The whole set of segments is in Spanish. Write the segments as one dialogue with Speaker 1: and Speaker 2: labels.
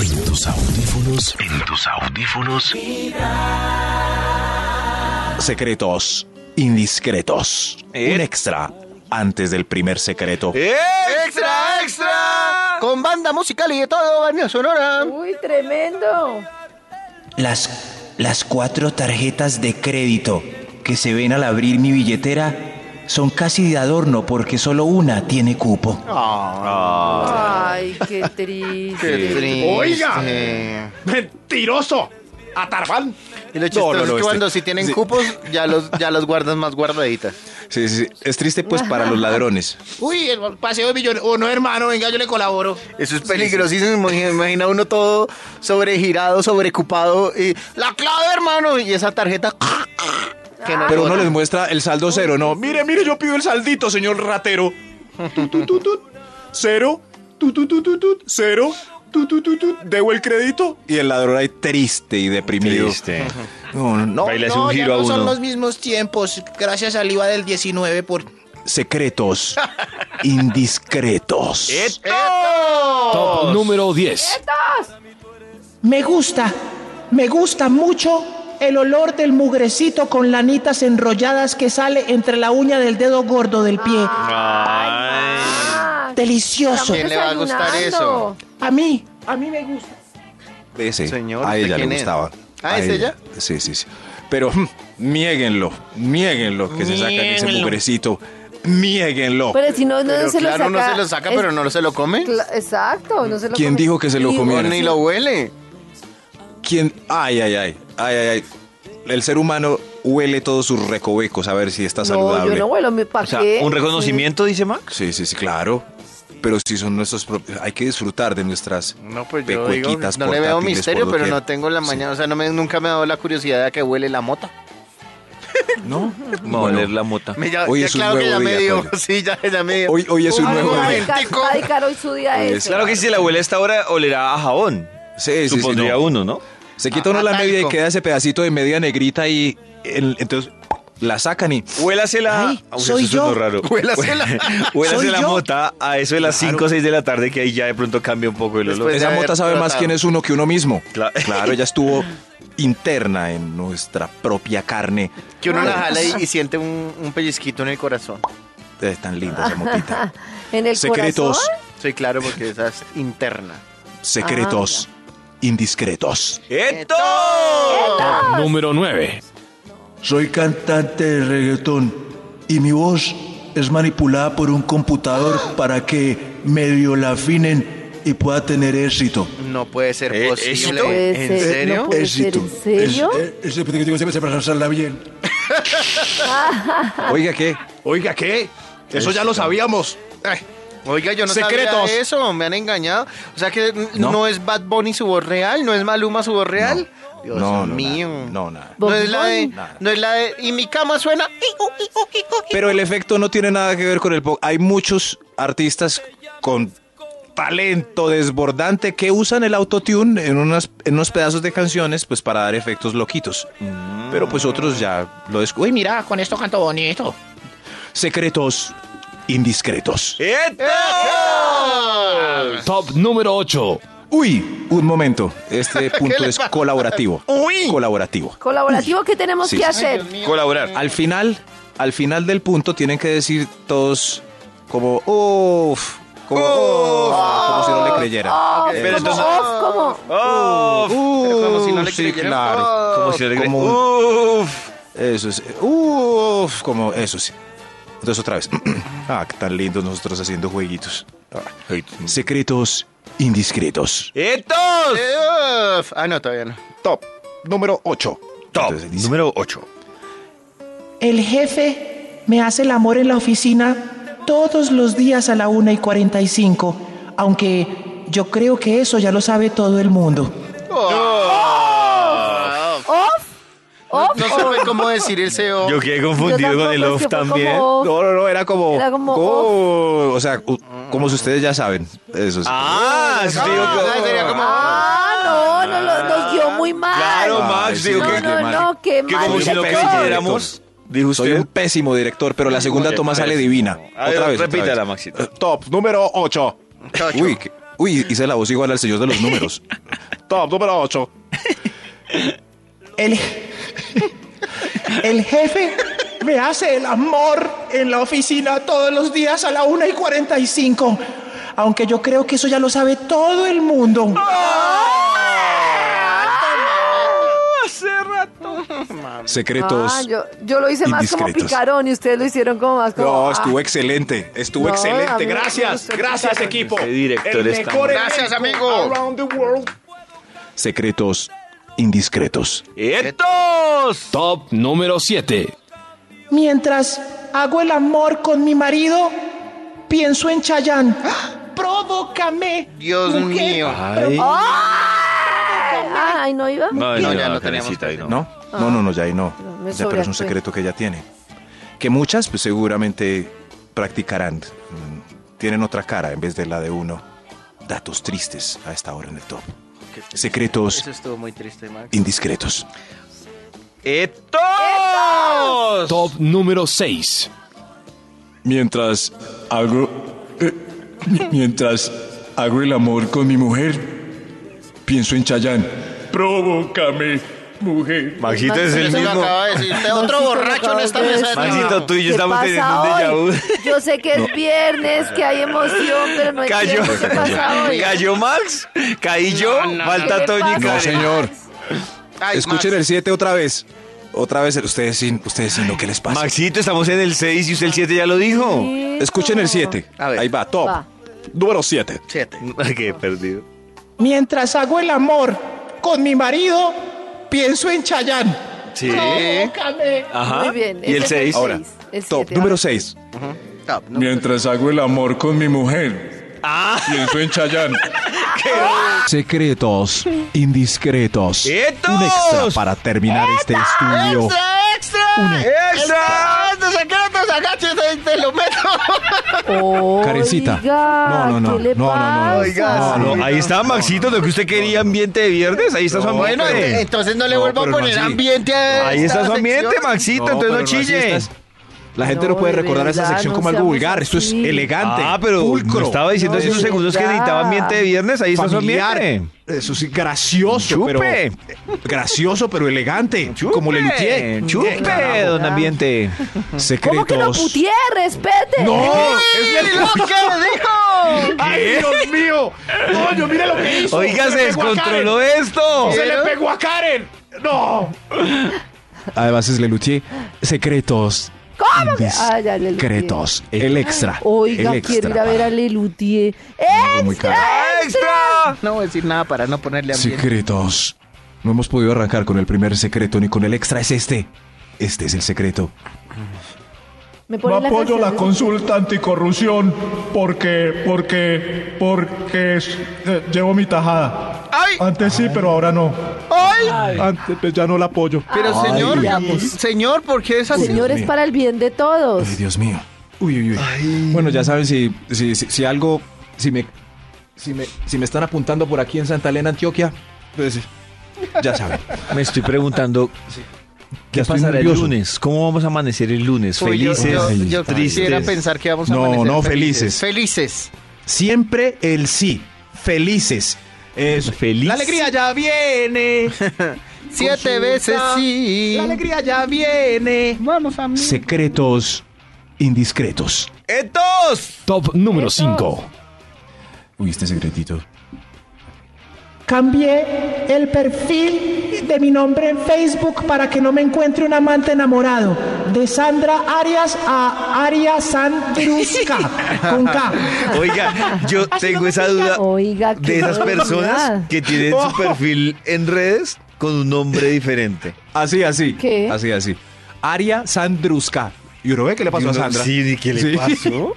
Speaker 1: En tus audífonos. En tus audífonos. Secretos indiscretos. Un extra antes del primer secreto.
Speaker 2: ¡Extra, extra! Con banda musical y de todo, banda sonora.
Speaker 3: Uy, tremendo.
Speaker 4: Las, las cuatro tarjetas de crédito que se ven al abrir mi billetera son casi de adorno porque solo una tiene cupo.
Speaker 3: Ay, qué triste.
Speaker 5: Oiga.
Speaker 2: Oiga.
Speaker 5: ¡Mentiroso! ¡Atarbán!
Speaker 2: Y lo chistoso
Speaker 1: no, no,
Speaker 2: es que cuando
Speaker 1: este-
Speaker 2: si tienen
Speaker 1: sí.
Speaker 2: cupos, ya los, ya los guardas más guardaditas.
Speaker 1: Sí, sí, sí. Es triste pues para los ladrones.
Speaker 5: Uy, el paseo de millones. O no, hermano, venga, yo le colaboro.
Speaker 2: Eso es peligrosísimo. Imagina uno todo sobregirado, sobrecupado. Y la clave, hermano. Y esa tarjeta.
Speaker 5: Ah.
Speaker 2: Que no
Speaker 1: Pero uno
Speaker 2: bota.
Speaker 1: les muestra el saldo cero, ¿no? Mire, mire, yo pido el saldito, señor ratero. Tu, tu, tu, tu. Cero. Tu, tu, tu, tu, tu. Cero. Tu, tu, tu, tu. Debo el crédito. Y el ladrón ahí triste y deprimido.
Speaker 6: Triste.
Speaker 1: No, no.
Speaker 6: Baila es
Speaker 5: no,
Speaker 6: un
Speaker 5: ya
Speaker 6: giro a
Speaker 5: no son
Speaker 6: uno.
Speaker 5: los mismos tiempos. Gracias al IVA del 19 por...
Speaker 1: Secretos indiscretos.
Speaker 7: Top número 10.
Speaker 8: Me gusta, me gusta mucho el olor del mugrecito con lanitas enrolladas que sale entre la uña del dedo gordo del pie.
Speaker 3: Ah,
Speaker 8: Delicioso.
Speaker 2: ¿Quién le va a gustar
Speaker 3: desayunando.
Speaker 8: A mí, a mí me gusta.
Speaker 1: Ese,
Speaker 2: Señor,
Speaker 1: a
Speaker 2: ¿usted
Speaker 1: ella le
Speaker 2: quién es?
Speaker 1: gustaba.
Speaker 2: Ah, ¿es
Speaker 1: Sí, sí, sí. Pero mm, niéguenlo, niéguenlo que se sacan ese
Speaker 5: Niéguenlo.
Speaker 1: mugrecito. Niéguenlo.
Speaker 3: Pero si no, no
Speaker 2: Pero
Speaker 3: se lo
Speaker 2: claro,
Speaker 3: saca.
Speaker 2: uno se lo saca,
Speaker 3: Es-
Speaker 2: pero no se lo come.
Speaker 3: Cla- Exacto, no se lo
Speaker 1: ¿Quién
Speaker 3: come.
Speaker 1: dijo que se lo
Speaker 3: Y-
Speaker 1: comiera?
Speaker 2: Ni lo huele.
Speaker 1: ¿Quién? Ay, ay, ay, ay, ay, ay. El ser humano huele todos sus recovecos a ver si está
Speaker 3: No,
Speaker 1: saludable.
Speaker 3: yo no vuelo, mi
Speaker 6: O sea,
Speaker 3: qué?
Speaker 6: un reconocimiento, dice Max.
Speaker 1: Sí, sí, sí, claro. Pero si son nuestros propios, hay que disfrutar de nuestras
Speaker 2: No, pues yo digo,
Speaker 1: pecuequitas
Speaker 2: no le veo
Speaker 1: portátiles
Speaker 2: misterio,
Speaker 1: por
Speaker 2: pero
Speaker 1: doquier.
Speaker 2: no tengo la
Speaker 1: Sí.
Speaker 2: mañana. O sea, no me, nunca me ha dado la curiosidad de a qué huele la mota.
Speaker 1: No,
Speaker 6: No,
Speaker 1: Bueno,
Speaker 6: leer la mota.
Speaker 2: Me, ya,
Speaker 1: Hoy
Speaker 2: ya
Speaker 1: es un
Speaker 2: claro que
Speaker 1: nuevo
Speaker 2: ya me
Speaker 1: día,
Speaker 2: dio.
Speaker 1: Toño.
Speaker 2: Sí, ya, ya me dio.
Speaker 1: Hoy, hoy es un
Speaker 3: Ah,
Speaker 1: nuevo
Speaker 3: va a
Speaker 1: día.
Speaker 3: dedicar- va a dedicar hoy su día a
Speaker 1: Pues,
Speaker 3: eso.
Speaker 6: Claro que si se la huele a esta hora, olerá a jabón.
Speaker 1: Sí, sí, sí,
Speaker 6: Supondría
Speaker 1: no.
Speaker 6: uno, ¿no?
Speaker 1: Se quita uno la
Speaker 2: Atávico.
Speaker 1: media y queda ese pedacito de media negrita y el- entonces la sacan y
Speaker 6: Huélasela.
Speaker 8: Ay,
Speaker 6: Ah, pues
Speaker 8: soy
Speaker 6: eso suena
Speaker 8: yo.
Speaker 6: raro.
Speaker 2: Huélasela.
Speaker 6: Huélasela
Speaker 8: yo.
Speaker 6: mota a eso de las 5 o 6 de la tarde que ahí ya de pronto cambia un poco el olor.
Speaker 2: Después de
Speaker 1: esa
Speaker 2: haber
Speaker 1: mota sabe más
Speaker 2: Pues tratado.
Speaker 1: quién es uno que uno mismo.
Speaker 6: Cla-
Speaker 1: Claro, ella estuvo interna en nuestra propia carne.
Speaker 2: Que uno la jala y, y siente un, un pellizquito en el corazón.
Speaker 1: Es Eh, tan linda esa motita.
Speaker 3: En el
Speaker 1: secretos,
Speaker 3: corazón.
Speaker 2: Sí, claro, porque esa es interna.
Speaker 1: secretos,
Speaker 3: Ah,
Speaker 1: indiscretos.
Speaker 6: ¡Esto!
Speaker 7: Top número 9.
Speaker 4: Soy cantante de reggaetón y mi voz es manipulada por un computador para que medio la afinen y pueda tener éxito.
Speaker 2: No puede ser
Speaker 6: ¿Eh,
Speaker 2: posible.
Speaker 6: éxito?
Speaker 3: Puede
Speaker 2: ¿En
Speaker 3: ser, no
Speaker 2: serio?
Speaker 3: puede ser, ¿En serio?
Speaker 4: Es, eh, para pasarla bien.
Speaker 1: Oiga, ¿qué?
Speaker 5: Oiga, ¿qué? Eso ya lo sabíamos. Ay,
Speaker 2: Oiga, yo no
Speaker 5: Secretos.
Speaker 2: sabía eso, me han engañado. O sea que n- no, es Bad Bunny su voz real, no es Maluma su voz real. Dios
Speaker 1: no, no,
Speaker 2: mío.
Speaker 1: nada, no, nada.
Speaker 2: No es la de,
Speaker 3: Bob
Speaker 1: Bunny.
Speaker 2: no es la de, y mi cama suena.
Speaker 1: Pero el efecto no tiene nada que ver con el pop. Hay muchos artistas con talento desbordante que usan el autotune en, unas, en unos pedazos de canciones pues para dar efectos loquitos. Pero pues otros ya lo
Speaker 5: uy,
Speaker 1: descubren.
Speaker 5: mira, con esto canto bonito.
Speaker 1: Secretos indiscretos.
Speaker 6: ¡Esto!
Speaker 7: Top número 8.
Speaker 1: Uy, un momento. Este punto
Speaker 2: le
Speaker 1: es
Speaker 2: pasa?
Speaker 1: colaborativo.
Speaker 6: Uy.
Speaker 1: Colaborativo.
Speaker 3: Colaborativo, ¿qué tenemos
Speaker 1: Sí.
Speaker 3: que hacer?
Speaker 6: Colaborar.
Speaker 1: Al final, al final del punto tienen que decir todos como uff, como "Uf", como si no le creyeran.
Speaker 3: Oh,
Speaker 1: Pero
Speaker 3: como,
Speaker 1: entonces-
Speaker 3: oh, como-
Speaker 6: ¡Oh!
Speaker 2: Pero como si no
Speaker 1: Uf,
Speaker 2: le
Speaker 1: sí,
Speaker 2: creyeran.
Speaker 1: claro.
Speaker 2: Oh.
Speaker 6: Como si le
Speaker 1: Como
Speaker 6: ¡Uf!
Speaker 1: Eso es. Uff, como eso sí. Entonces otra vez. ah, qué tan lindos nosotros haciendo jueguitos. Ah. Secretos indiscretos.
Speaker 6: ¡Estos!
Speaker 2: Eh, uf. Ah, no, todavía no.
Speaker 1: Top número 8.
Speaker 6: Top número 8.
Speaker 8: El jefe me hace el amor en la oficina todos los días a la 1 y 45, aunque yo creo que eso ya lo sabe todo el mundo.
Speaker 3: off, off.
Speaker 2: No supe cómo decir el CEO.
Speaker 6: Yo quedé confundido
Speaker 3: Yo
Speaker 6: con el
Speaker 3: tampoco,
Speaker 6: off
Speaker 3: es que fue
Speaker 6: también.
Speaker 3: como off.
Speaker 1: No, no, no, era como.
Speaker 3: Era como,
Speaker 1: oh, o sea, u- como si ustedes ya saben. Eso sí.
Speaker 6: Ah, sí, digo que-
Speaker 2: Ah, sería como-
Speaker 3: Ah, no, no, lo- nos dio muy mal.
Speaker 6: Claro,
Speaker 1: Ah,
Speaker 6: Max,
Speaker 1: sí,
Speaker 6: digo
Speaker 3: no,
Speaker 6: que,
Speaker 1: qué
Speaker 3: no,
Speaker 1: mal.
Speaker 3: no, qué
Speaker 6: que
Speaker 3: mal.
Speaker 6: como
Speaker 1: Soy
Speaker 6: si
Speaker 1: un
Speaker 6: lo
Speaker 1: pésimo
Speaker 6: creyéramos. Dijo
Speaker 1: Soy
Speaker 6: usted.
Speaker 1: un pésimo director, pero la segunda toma sale divina.
Speaker 6: A ver,
Speaker 1: otra vez. otra
Speaker 6: repítala,
Speaker 1: vez.
Speaker 6: Maxito.
Speaker 1: Eh, Top número 8.
Speaker 2: Ocho.
Speaker 1: Uy, qué- Uy, hice la voz igual al señor de los números. Top número 8.
Speaker 8: El, el jefe me hace el amor en la oficina todos los días a la 1 y 45. Aunque yo creo que eso ya lo sabe todo el mundo.
Speaker 1: Secretos.
Speaker 3: Ah, yo, yo lo hice más como
Speaker 1: indiscretos.
Speaker 3: picarón y ustedes lo hicieron como más como.
Speaker 1: No,
Speaker 3: ah.
Speaker 1: estuvo excelente. Estuvo
Speaker 3: No, a mí
Speaker 1: excelente.
Speaker 3: me
Speaker 1: Gracias.
Speaker 3: gustó
Speaker 1: Gracias,
Speaker 3: escucharlo.
Speaker 1: equipo.
Speaker 6: Este director
Speaker 1: El
Speaker 6: está
Speaker 1: mejor
Speaker 6: muy-
Speaker 5: Gracias,
Speaker 1: elenco
Speaker 5: amigo.
Speaker 1: around the world. Secretos indiscretos.
Speaker 6: ¡Estos!
Speaker 7: Top número 7.
Speaker 8: Mientras hago el amor con mi marido, pienso en Chayán. Provócame.
Speaker 2: Dios
Speaker 8: mujer,
Speaker 2: mío.
Speaker 6: Ay,
Speaker 3: Ay, no iba.
Speaker 2: No,
Speaker 6: no,
Speaker 2: ya
Speaker 6: ya
Speaker 2: no
Speaker 6: no,
Speaker 2: tenemos
Speaker 6: Karencita, ahí no.
Speaker 1: ¿No? No, no, no, ya ahí no.
Speaker 3: me
Speaker 1: Ya, pero es un
Speaker 3: sobreactué.
Speaker 1: secreto que ella tiene. Que muchas pues, seguramente practicarán. Mm, Tienen otra cara en vez de la de uno. Datos tristes a esta hora en el top. Secretos
Speaker 2: Eso estuvo muy triste, Max.
Speaker 1: indiscretos.
Speaker 6: ¡Estos!
Speaker 7: Top número 6.
Speaker 4: Mientras hago. eh, mi- mientras hago el amor con mi mujer, pienso en Chayán. Provócame, mujer.
Speaker 6: Maxito es el
Speaker 2: Eso lo
Speaker 6: mismo.
Speaker 2: acaba de decirte otro
Speaker 3: Maxito, lo
Speaker 2: borracho en
Speaker 3: acabas
Speaker 2: esta
Speaker 3: de
Speaker 2: mesa de
Speaker 3: decir.
Speaker 2: trabajo.
Speaker 6: Maxito, tú y yo
Speaker 3: ¿Qué
Speaker 6: estamos
Speaker 3: pasa
Speaker 6: teniendo un déjà
Speaker 3: hoy?
Speaker 6: vu.
Speaker 3: Yo sé que es viernes, que hay emoción, pero no
Speaker 6: Cayó,
Speaker 3: entiendo qué pasa hoy.
Speaker 6: cayó Max, caí yo,
Speaker 5: no,
Speaker 3: ¿Qué
Speaker 6: falta
Speaker 3: le
Speaker 6: Toño y
Speaker 3: pasa?
Speaker 1: No,
Speaker 6: Karen.
Speaker 1: señor.
Speaker 2: Ay,
Speaker 1: Escuchen
Speaker 2: Max.
Speaker 1: el 7 otra vez. Otra vez, el- ustedes sin, ustedes sin lo que les pasa.
Speaker 6: Maxito, estamos en el 6 y usted el 7 ya lo dijo.
Speaker 1: Escuchen el 7.
Speaker 2: A ver.
Speaker 1: Ahí va, top.
Speaker 3: Va.
Speaker 1: Número 7.
Speaker 2: Siete.
Speaker 6: Qué perdido.
Speaker 8: Mientras hago el amor con mi marido, pienso en Chayán.
Speaker 6: Sí.
Speaker 8: Provócame.
Speaker 6: Ajá.
Speaker 3: Muy bien.
Speaker 6: Y el
Speaker 3: ese fue
Speaker 6: 6.
Speaker 1: Ahora,
Speaker 3: seis, el
Speaker 1: top
Speaker 3: siete,
Speaker 1: número
Speaker 3: ahora.
Speaker 1: 6.
Speaker 2: Top, ¿no?
Speaker 4: Mientras hago el amor con mi mujer,
Speaker 2: Ah.
Speaker 4: pienso en Chayán.
Speaker 1: Secretos indiscretos.
Speaker 6: ¡Estos!
Speaker 1: Un extra para terminar este estudio.
Speaker 2: ¡Extra, extra!
Speaker 6: ¡Extra!
Speaker 2: ¡Estos secretos, agáchate, te lo meto!
Speaker 1: Karencita.
Speaker 3: Oiga,
Speaker 1: No, no, no,
Speaker 3: ¿qué le
Speaker 1: no, no, no, no.
Speaker 3: pasa?
Speaker 2: Oiga,
Speaker 6: Ah, no, ahí está Maxito, lo que usted quería, ambiente de viernes. Ahí está su
Speaker 2: Bueno,
Speaker 6: ambiente.
Speaker 2: entonces no le
Speaker 1: No,
Speaker 2: vuelvo a
Speaker 1: pero no
Speaker 2: poner
Speaker 1: así.
Speaker 2: ambiente a
Speaker 6: Ahí
Speaker 2: esta
Speaker 6: está su ambiente,
Speaker 2: sección.
Speaker 6: Maxito, entonces no chille.
Speaker 1: La gente no,
Speaker 3: No,
Speaker 1: puede
Speaker 3: de
Speaker 1: recordar esta
Speaker 3: verdad,
Speaker 1: sección
Speaker 3: no
Speaker 1: como algo
Speaker 3: seamos
Speaker 1: vulgar. Esto es
Speaker 3: así.
Speaker 1: elegante.
Speaker 6: Ah, pero
Speaker 1: pulcro,
Speaker 6: me estaba diciendo hace
Speaker 3: No,
Speaker 6: unos
Speaker 3: de
Speaker 6: segundos que
Speaker 3: verdad.
Speaker 6: necesitaba ambiente de viernes. Ahí está su
Speaker 1: familiar.
Speaker 6: ambiente.
Speaker 1: Eso sí, gracioso,
Speaker 6: Chupe.
Speaker 1: pero gracioso, pero elegante. Como le luthier.
Speaker 6: Chupe, don ambiente.
Speaker 1: Secretos.
Speaker 3: ¿Cómo que lo putié? Respete.
Speaker 1: ¡Es lo que dijo! ¡Ay, Dios mío! ¡Coño, mira lo que hizo! Se
Speaker 6: Oiga, se
Speaker 1: le pegó a
Speaker 6: descontroló esto.
Speaker 1: Karen. ¡Se le pegó a Karen! ¡No! Además es Leloutier. Secretos.
Speaker 3: ¿Cómo que? Ah, ya, Lelutier.
Speaker 1: Secretos. El extra.
Speaker 3: Oiga,
Speaker 1: el extra
Speaker 3: quiero ir a ver
Speaker 1: para-
Speaker 3: a Lelutier.
Speaker 1: muy
Speaker 3: ¡Extra! ¡Extra!
Speaker 2: No voy a decir nada para no ponerle este ambiente.
Speaker 1: Secretos. No hemos podido arrancar con el primer secreto ni con el extra. Es este. Este es el secreto.
Speaker 3: Me
Speaker 4: No
Speaker 3: ponen
Speaker 4: apoyo
Speaker 3: canción
Speaker 4: la
Speaker 3: de-
Speaker 4: consulta anticorrupción porque, porque, porque es- eh, llevo mi tajada.
Speaker 2: ¡Ay!
Speaker 4: Antes sí, pero ahora no.
Speaker 2: ¡Ay!
Speaker 4: Antes pues, ya no la apoyo.
Speaker 2: Pero
Speaker 1: Ay,
Speaker 2: señor,
Speaker 3: digamos.
Speaker 2: señor, ¿por qué es así?
Speaker 3: Señor, es
Speaker 1: mío.
Speaker 3: para el bien de todos.
Speaker 1: Ay, Dios mío. Uy, uy, uy. Bueno, ya saben, si, si, si, si algo. Si me, si, me, si me están apuntando por aquí en Santa Elena, Antioquia, pues, ya saben.
Speaker 6: Me estoy preguntando. ¿Qué
Speaker 1: estoy
Speaker 6: pasará el
Speaker 1: nervioso.
Speaker 6: lunes? ¿Cómo vamos a amanecer el lunes?
Speaker 2: Uy, yo-
Speaker 6: Felices,
Speaker 2: yo, yo quisiera
Speaker 6: tristes.
Speaker 2: pensar que vamos a
Speaker 1: No,
Speaker 2: amanecer
Speaker 1: no,
Speaker 2: Felices.
Speaker 1: Siempre el sí. Felices. Eso.
Speaker 6: Feliz.
Speaker 1: La alegría ya viene.
Speaker 2: Siete veces sí.
Speaker 1: La alegría ya viene.
Speaker 2: Vamos a
Speaker 1: Secretos indiscretos.
Speaker 6: ¡Estos!
Speaker 7: Top número 5.
Speaker 1: Uy, este secretito.
Speaker 8: Cambié el perfil de mi nombre en Facebook para que no me encuentre un amante enamorado. De Sandra Arias a Arias Sandruska. Con K.
Speaker 6: Oiga, yo
Speaker 8: Así
Speaker 6: tengo
Speaker 8: no
Speaker 6: esa
Speaker 8: me
Speaker 6: duda
Speaker 3: Oiga, qué
Speaker 6: de esas personas
Speaker 3: barbaridad.
Speaker 6: que tienen su perfil en redes con un nombre diferente.
Speaker 1: Así, así.
Speaker 3: ¿Qué?
Speaker 1: Así, así. Aria Sandruska. Y uno ve qué le pasó
Speaker 6: Y
Speaker 1: a
Speaker 6: uno,
Speaker 1: Sandra.
Speaker 6: Sí, ¿y qué le
Speaker 1: Sí.
Speaker 6: pasó?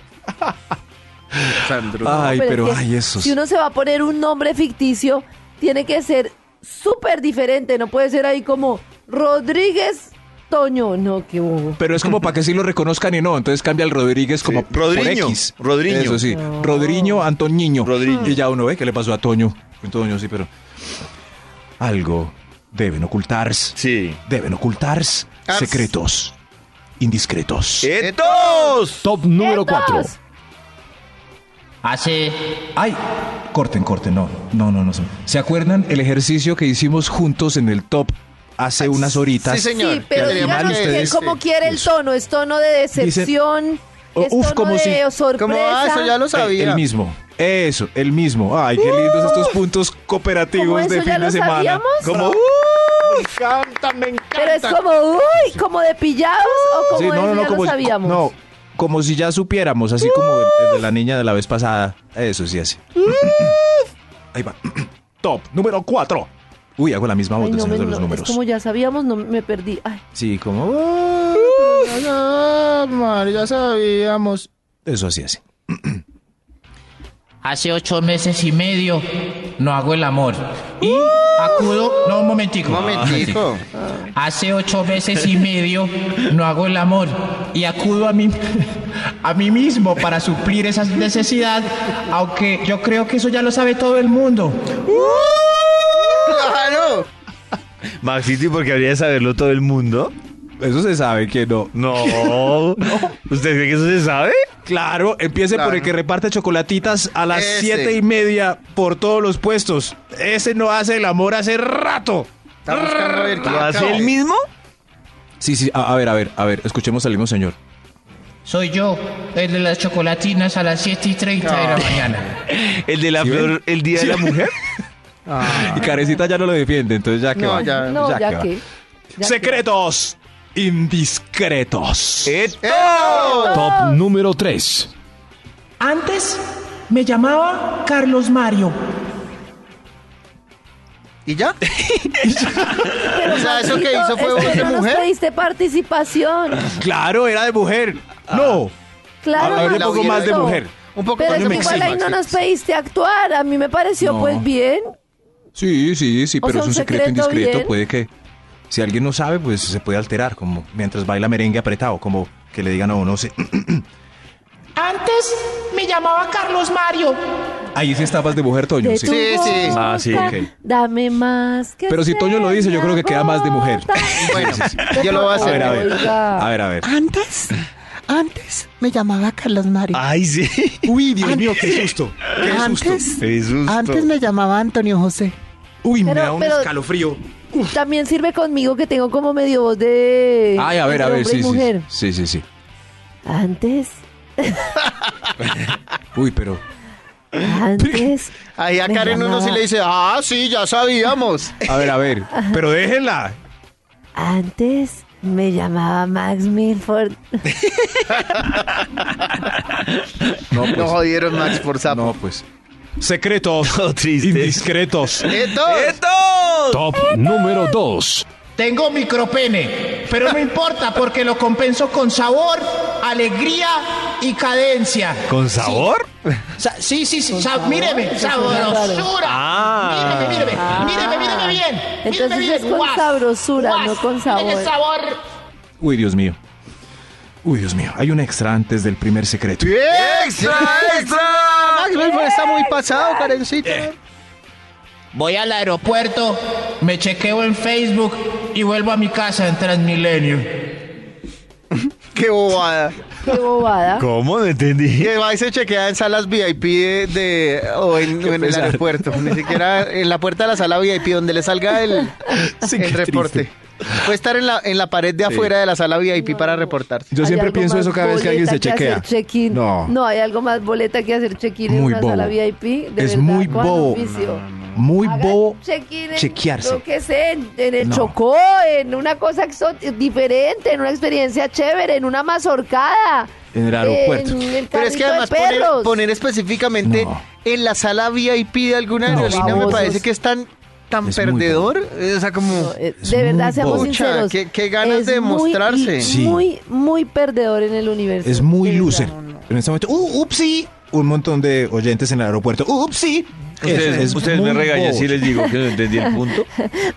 Speaker 1: Ay,
Speaker 3: es
Speaker 1: pero,
Speaker 3: que
Speaker 1: ay, eso.
Speaker 3: Si uno se va a poner un nombre ficticio, tiene que ser súper diferente. No puede ser ahí como Rodríguez Toño. No, qué bobo.
Speaker 1: Pero es como para que sí lo reconozcan y no. Entonces cambia el Rodríguez como por
Speaker 6: Rodriño,
Speaker 1: X.
Speaker 6: Rodriño.
Speaker 1: Eso sí.
Speaker 3: No.
Speaker 1: Rodriño Antoniño.
Speaker 6: Rodriño.
Speaker 1: Y ya uno ve qué le pasó a Toño. Toño sí, pero. Algo deben ocultarse.
Speaker 6: Sí.
Speaker 1: Deben ocultarse.
Speaker 2: Ars.
Speaker 1: Secretos.
Speaker 6: Eh.
Speaker 1: Indiscretos.
Speaker 6: ¡Estos!
Speaker 7: Top número
Speaker 3: ¡Estos!
Speaker 7: 4.
Speaker 9: Hace
Speaker 4: ¡Ay! Corten, corten, no. No, no, no.
Speaker 1: ¿Se acuerdan el ejercicio que hicimos juntos en el top hace unas horitas?
Speaker 2: Sí, señor.
Speaker 3: sí, pero
Speaker 2: Que este además
Speaker 3: díganos
Speaker 2: que-
Speaker 3: que,
Speaker 1: ustedes-
Speaker 3: como quiere el tono, es tono de decepción,
Speaker 1: o-
Speaker 3: es
Speaker 1: uf,
Speaker 3: tono
Speaker 1: como si-
Speaker 3: de sorpresa.
Speaker 2: Como, ah, eso ya lo sabía.
Speaker 1: Eh, El mismo. Eso, el mismo. Ay, qué lindos estos puntos
Speaker 3: Uh. ¿Cómo
Speaker 1: cooperativos
Speaker 3: eso
Speaker 1: de
Speaker 3: ya
Speaker 1: fin
Speaker 3: lo
Speaker 1: de semana.
Speaker 3: sabíamos?
Speaker 1: Como,
Speaker 3: Pero es como, uy, como de pillados o como
Speaker 1: Sí,
Speaker 3: de
Speaker 1: no, no,
Speaker 3: ya
Speaker 1: no, como,
Speaker 3: lo sabíamos.
Speaker 1: no, como si ya supiéramos, así como el, el de la niña de la vez pasada. Eso sí, así.
Speaker 3: Mm.
Speaker 1: Ahí va. Top número 4. Uy, hago la misma voz
Speaker 3: Ay,
Speaker 1: del
Speaker 3: no,
Speaker 1: señor
Speaker 3: me-
Speaker 1: de los
Speaker 3: no,
Speaker 1: números.
Speaker 3: Es como ya sabíamos, no me perdí. Ay,
Speaker 1: Sí, como.
Speaker 5: Ah, madre, ya sabíamos.
Speaker 1: Eso así, así.
Speaker 9: Hace ocho meses y medio no hago el amor.
Speaker 8: ¡Uh!
Speaker 9: Y acudo. No, un momentico.
Speaker 2: Momentico.
Speaker 1: Ah,
Speaker 9: Hace ocho meses y medio no hago el amor. Y acudo a mí, a mí mismo para suplir esa necesidad. Aunque yo creo que eso ya lo sabe todo el mundo.
Speaker 2: ¡Claro!
Speaker 6: Maxito, ¿y por qué habría de saberlo todo el mundo?
Speaker 1: Eso se sabe que no.
Speaker 6: No. ¿Usted cree que eso se sabe?
Speaker 1: Claro, empiece por
Speaker 2: Claro.
Speaker 1: el que reparte chocolatitas a las
Speaker 2: Ah, Ese.
Speaker 1: siete y media por todos los puestos. Ese no hace el amor hace rato.
Speaker 2: Está buscando a ver quién
Speaker 6: ¿Lo hace
Speaker 2: acaba.
Speaker 6: él mismo?
Speaker 1: Sí, sí, a, a ver, a ver, a ver, escuchemos al mismo señor.
Speaker 9: Soy yo, el de las chocolatinas a las 7 y 30 de la mañana.
Speaker 6: ¿El de la
Speaker 1: ¿Sí ven?
Speaker 6: flor, el día de la mujer?
Speaker 1: Y Carecita ya no lo defiende, entonces ya que
Speaker 2: No,
Speaker 1: va.
Speaker 2: ya-
Speaker 3: no, ya,
Speaker 1: va.
Speaker 3: que. ya
Speaker 1: Secretos indiscretos.
Speaker 2: ¡Eso!
Speaker 7: Top número 3.
Speaker 8: Antes me llamaba Carlos Mario.
Speaker 2: ¿Y ya? o sea, eso que hizo fue
Speaker 3: es
Speaker 2: voz
Speaker 3: que
Speaker 2: de
Speaker 3: no nos
Speaker 2: mujer.
Speaker 3: pediste participación.
Speaker 1: Claro, era de mujer.
Speaker 6: Ah.
Speaker 1: No.
Speaker 3: Claro,
Speaker 1: Hablarle un
Speaker 3: Maxito.
Speaker 1: poco más de mujer.
Speaker 2: Un poco
Speaker 3: Pero
Speaker 2: más
Speaker 3: es
Speaker 2: de
Speaker 3: que
Speaker 2: mujer.
Speaker 3: igual ahí no nos pediste actuar. A mí me pareció
Speaker 1: No.
Speaker 3: pues bien.
Speaker 1: Sí, sí, sí,
Speaker 3: O
Speaker 1: pero
Speaker 3: sea,
Speaker 1: es
Speaker 3: un
Speaker 1: un secreto,
Speaker 3: secreto
Speaker 1: indiscreto.
Speaker 3: bien.
Speaker 1: Puede que, si alguien no sabe, pues se puede alterar, como mientras baila merengue apretado, como que le digan a uno, sí.
Speaker 8: Antes me llamaba Carlos Mario.
Speaker 1: ahí sí estabas de mujer, Toño.
Speaker 3: De
Speaker 1: sí.
Speaker 3: tu
Speaker 2: Sí, sí.
Speaker 3: boca,
Speaker 6: Ah, sí, ok.
Speaker 3: Dame más que
Speaker 1: Pero si Toño lo dice, yo creo que queda más de mujer.
Speaker 3: gota.
Speaker 2: Bueno, yo lo voy a
Speaker 1: A ver,
Speaker 2: hacer.
Speaker 1: a ver.
Speaker 3: Oiga.
Speaker 1: A ver, a ver.
Speaker 10: Antes, antes me llamaba Carlos Mario.
Speaker 6: Ay, sí.
Speaker 1: Uy, Dios mío, qué susto. Qué susto.
Speaker 10: antes,
Speaker 6: Qué susto.
Speaker 10: antes me llamaba Antonio José.
Speaker 1: Uy, me
Speaker 3: Pero-
Speaker 1: da un
Speaker 3: pero-
Speaker 1: escalofrío.
Speaker 3: También sirve conmigo que tengo como medio voz de.
Speaker 1: Ay, a ver, a ver,
Speaker 3: entre hombre y
Speaker 1: sí, sí.
Speaker 3: mujer.
Speaker 1: Sí, sí, sí.
Speaker 3: Antes,
Speaker 1: Uy, pero.
Speaker 3: antes.
Speaker 2: Ahí a
Speaker 3: me
Speaker 2: Karen uno
Speaker 3: llamaba-
Speaker 2: sí le dice, ah, sí, ya sabíamos.
Speaker 1: A ver, a ver. Pero déjenla.
Speaker 3: Antes me llamaba Max Milford.
Speaker 1: No, pues.
Speaker 2: No jodieron Max por sapo.
Speaker 1: No, pues. Secretos
Speaker 6: Todo triste.
Speaker 1: indiscretos.
Speaker 2: ¡Esto!
Speaker 7: Top número 2.
Speaker 9: Tengo micropene, pero no importa porque lo compenso con sabor, alegría y cadencia.
Speaker 6: ¿Con sabor?
Speaker 9: Sa- sí, sí, sí. sa- míreme, sabrosura.
Speaker 6: Ah.
Speaker 9: Míreme, míreme, míreme, míreme bien. míreme
Speaker 3: Entonces
Speaker 9: bien.
Speaker 3: es con sabrosura, no con sabor.
Speaker 9: míreme sabor.
Speaker 1: Uy, Dios mío. Uy, Dios mío. Hay un extra antes del primer secreto.
Speaker 2: ¡Extra, extra! Max Belfort pues, está muy pasado,
Speaker 1: Eh.
Speaker 2: Karencita.
Speaker 9: Voy al aeropuerto, me chequeo en Facebook y vuelvo a mi casa en Transmilenio.
Speaker 2: ¡Qué bobada!
Speaker 3: Qué bobada.
Speaker 6: ¿Cómo? No entendí.
Speaker 2: Que va y se chequea en salas VIP de, de- o en, o en el aeropuerto. Ni siquiera en la puerta de la sala VIP donde le salga el, el reporte. Puede estar en la, en la pared de afuera de la sala VIP para reportarse.
Speaker 1: Yo
Speaker 3: Hay
Speaker 1: siempre
Speaker 3: algo
Speaker 1: pienso
Speaker 3: más
Speaker 1: eso cada vez que alguien se
Speaker 3: boleta
Speaker 1: chequea.
Speaker 3: hacer check-in.
Speaker 1: No.
Speaker 3: no. hay algo más boleta que hacer check-in en
Speaker 1: Muy
Speaker 3: una sala
Speaker 1: bobo.
Speaker 3: VIP. de
Speaker 1: Es
Speaker 3: verdad,
Speaker 1: muy
Speaker 3: ¿cuál
Speaker 1: bobo.
Speaker 3: oficio?
Speaker 1: Muy
Speaker 3: Hagan
Speaker 1: bobo
Speaker 3: check-in en
Speaker 1: chequearse.
Speaker 3: Lo que sea, en, en el
Speaker 1: No.
Speaker 3: chocó, en una cosa exo- diferente, en una experiencia chévere, en una mazorcada.
Speaker 1: En el aeropuerto.
Speaker 3: En el
Speaker 2: Pero es que
Speaker 3: carrito de
Speaker 2: además poner,
Speaker 3: perros.
Speaker 2: poner específicamente
Speaker 1: No.
Speaker 2: en la sala VIP de alguna
Speaker 1: No,
Speaker 2: aerolínea me
Speaker 3: babosos.
Speaker 2: parece que es tan, tan
Speaker 1: Es muy
Speaker 2: perdedor. O sea, como...
Speaker 3: No, eh,
Speaker 1: Es
Speaker 3: de verdad,
Speaker 1: muy
Speaker 3: seamos
Speaker 1: bobo.
Speaker 3: sinceros.
Speaker 2: Pucha, qué- qué ganas
Speaker 3: es
Speaker 2: de
Speaker 3: muy-
Speaker 2: mostrarse.
Speaker 1: Sí.
Speaker 3: Muy, muy perdedor en el universo.
Speaker 1: Es muy
Speaker 3: de verdad.
Speaker 1: loser. En este momento, ¡uh, upsi! Un montón de oyentes en el aeropuerto. ¡Uh, upsi!
Speaker 6: Ustedes,
Speaker 1: Es- es
Speaker 6: ustedes me
Speaker 1: muy
Speaker 6: regañan
Speaker 1: bobo.
Speaker 6: si les digo que no entendí el punto.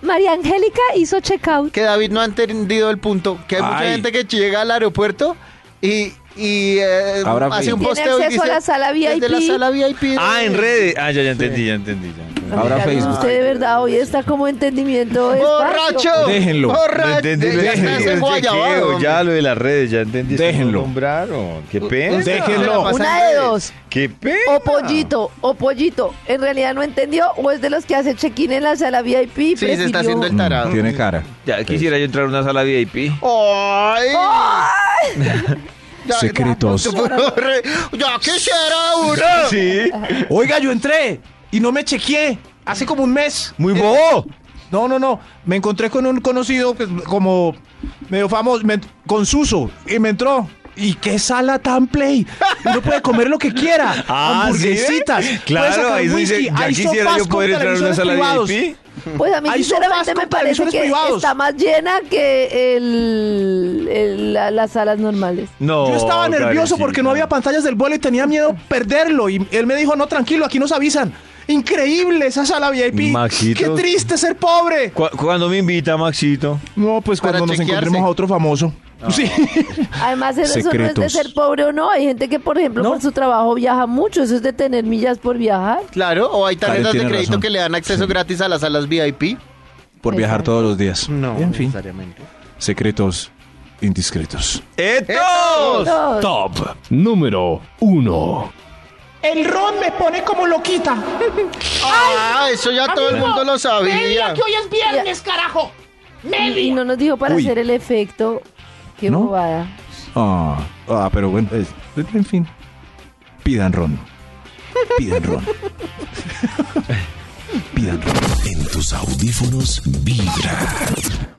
Speaker 3: María Angélica hizo check-out.
Speaker 2: que David no ha entendido el punto, que hay mucha
Speaker 1: Ay.
Speaker 2: gente que llega al aeropuerto y, y eh,
Speaker 6: Ahora
Speaker 2: hace
Speaker 6: sí.
Speaker 2: un
Speaker 3: Tiene
Speaker 2: posteo y
Speaker 3: acceso a
Speaker 2: dice,
Speaker 3: la sala
Speaker 2: "Desde la
Speaker 3: VIP".
Speaker 2: sala VIP.
Speaker 6: Ah, en redes. Ah, ya, ya entendí, ya entendí. Ya. entendí.
Speaker 1: Ahora
Speaker 3: Ricardo,
Speaker 1: Facebook.
Speaker 3: Usted de verdad hoy está como entendimiento.
Speaker 2: ¡Borracho!
Speaker 3: espacio.
Speaker 1: Déjenlo.
Speaker 2: ¡Borracho!
Speaker 6: Entendí lo
Speaker 2: Ya
Speaker 6: del
Speaker 2: estás en guayabado,
Speaker 6: chequeo,
Speaker 2: hombre.
Speaker 6: ya lo de las redes, ya entendí.
Speaker 1: Déjenlo.
Speaker 6: Lo nombraron. Qué pena.
Speaker 1: Déjenlo.
Speaker 2: Pasa
Speaker 3: Una
Speaker 2: en
Speaker 3: de
Speaker 2: redes.
Speaker 3: dos.
Speaker 6: Qué pena.
Speaker 3: O pollito, o pollito. En realidad no entendió. O es de los que hace check-in en la sala VIP.
Speaker 2: Sí, se está haciendo el tarado.
Speaker 1: Tiene cara.
Speaker 6: Ya quisiera yo entrar a una sala VIP.
Speaker 2: ¡Ay! Ya-
Speaker 1: Secretos.
Speaker 2: ¡Ya quisiera uno!
Speaker 6: Sí.
Speaker 1: Oiga, yo entré y no me chequeé. Hace como un mes. Eh,
Speaker 6: Muy bobo.
Speaker 1: No, no, no. Me encontré con un conocido que- como medio famoso, me- con Suso, y me entró. ¿Y qué sala tan play? Uno puede comer lo que quiera.
Speaker 6: Ah,
Speaker 1: hamburguesitas.
Speaker 6: ¿sí ve?
Speaker 1: puede
Speaker 6: Claro,
Speaker 1: sacar
Speaker 6: ahí se dice,
Speaker 1: whisky,
Speaker 6: ya
Speaker 1: hay
Speaker 6: quisiera
Speaker 1: sofás
Speaker 6: yo
Speaker 1: con
Speaker 6: poder entrar a una
Speaker 1: televisores
Speaker 6: sala
Speaker 1: privados.
Speaker 6: VIP.
Speaker 3: Pues a mí
Speaker 1: Hay sofás
Speaker 3: sinceramente
Speaker 1: con
Speaker 3: me parece
Speaker 1: televisores
Speaker 3: que
Speaker 1: privados.
Speaker 3: está más llena que el- el- la- las salas normales.
Speaker 6: No.
Speaker 1: Yo estaba nervioso
Speaker 6: Oh, Karencita.
Speaker 1: porque no había pantallas del vuelo y tenía miedo perderlo. Y él me dijo, no, tranquilo, aquí nos avisan. Increíble esa sala VIP.
Speaker 6: Maxito.
Speaker 1: Qué triste ser pobre.
Speaker 6: Cu- Cuando me invita Maxito.
Speaker 1: No, pues
Speaker 2: Para
Speaker 1: cuando nos
Speaker 2: chequearse.
Speaker 1: encontremos a otro famoso. Sí.
Speaker 3: Además, eso no es
Speaker 1: Secretos.
Speaker 3: de ser pobre o no. Hay gente que, por ejemplo, por su trabajo viaja mucho. Eso es de tener millas por viajar.
Speaker 2: Claro, o hay tarjetas
Speaker 1: Karen
Speaker 2: de
Speaker 1: tiene
Speaker 2: crédito
Speaker 1: razón.
Speaker 2: que le dan acceso gratis a las salas VIP.
Speaker 1: Por viajar todos los días.
Speaker 2: No,
Speaker 1: En fin,
Speaker 2: necesariamente.
Speaker 1: secretos indiscretos.
Speaker 6: ¡Etos!
Speaker 3: No,
Speaker 7: Top número 1.
Speaker 8: El ron me pone como loquita.
Speaker 2: Ah, eso ya todo el mundo lo sabía.
Speaker 10: Media que hoy es viernes, carajo.
Speaker 3: y, y
Speaker 10: Media.
Speaker 3: no nos dijo para
Speaker 1: Uy.
Speaker 3: hacer el efecto. Qué
Speaker 1: ¿No?
Speaker 3: bobada.
Speaker 1: Ah, ah, pero bueno, eh, en fin. Pidan ron. Pidan ron. Pidan ron.
Speaker 7: En tus audífonos vibra.